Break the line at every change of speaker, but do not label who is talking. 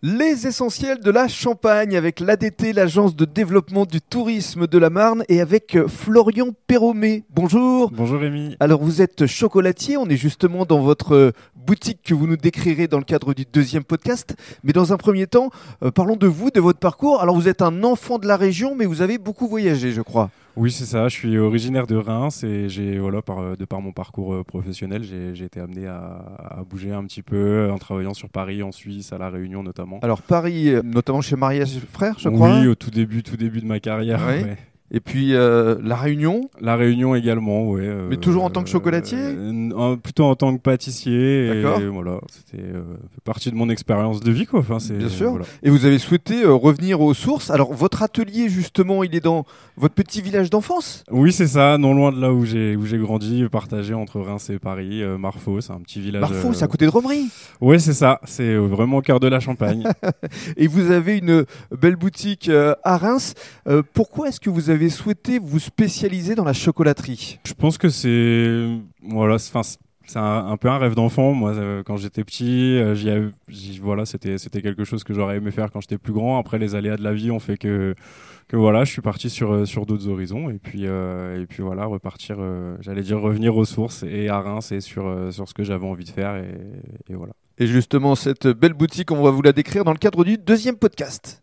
Les essentiels de la Champagne avec l'ADT, l'agence de développement du tourisme de la Marne, et avec euh, Florian Perromet. Bonjour.
Bonjour Rémi.
Alors vous êtes chocolatier, on est justement dans votre euh, boutique que vous nous décrirez dans le cadre du deuxième podcast. Mais dans un premier temps, euh, parlons de vous, de votre parcours. Alors vous êtes un enfant de la région, mais vous avez beaucoup voyagé, je crois.
Oui, c'est ça. Je suis originaire de Reims et j'ai voilà par, euh, de par mon parcours euh, professionnel, j'ai j'ai été amené à, à bouger un petit peu euh, en travaillant sur Paris, en Suisse, à la Réunion notamment.
Alors Paris, euh, notamment chez Mariage Frère, je crois.
Oui, au tout début, tout début de ma carrière.
Ouais.
ouais.
Et puis euh, La Réunion.
La Réunion également, ouais. euh,
Mais toujours en tant que chocolatier
euh, n- en- Plutôt en tant que pâtissier. et
D'accord.
voilà, c'était euh, fait partie de mon expérience de vie quoi. Enfin, c'est-
Bien sûr.
voilà.
Et vous avez souhaité euh, revenir aux sources. Alors, votre atelier, justement, il est dans votre petit village d'enfance
Oui, c'est ça, non loin de là où j'ai où j'ai grandi, partagé entre Reims et Paris, euh, Marfaux, c'est un petit village.
Marfaux,
euh,
c'est à côté de Romery.
Ouais, c'est ça, c'est euh, vraiment au cœur de la Champagne.
Et vous avez une euh, belle boutique euh, à Reims. Euh, pourquoi est-ce que vous avez souhaité vous spécialiser dans la chocolaterie
Je pense que c'est voilà, c'est 'fin, c'est- c'est un, un peu un rêve d'enfant. Moi, euh, quand j'étais petit, euh, j'y av- j'y- voilà, c'était c'était quelque chose que j'aurais aimé faire quand j'étais plus grand. Après, les aléas de la vie ont fait que que voilà, je suis parti sur euh, sur d'autres horizons et puis euh, et puis voilà, repartir. euh, J'allais dire revenir aux sources et à Reims et sur euh, sur ce que j'avais envie de faire et- et voilà.
Et justement, cette belle boutique, on va vous la décrire dans le cadre du deuxième podcast.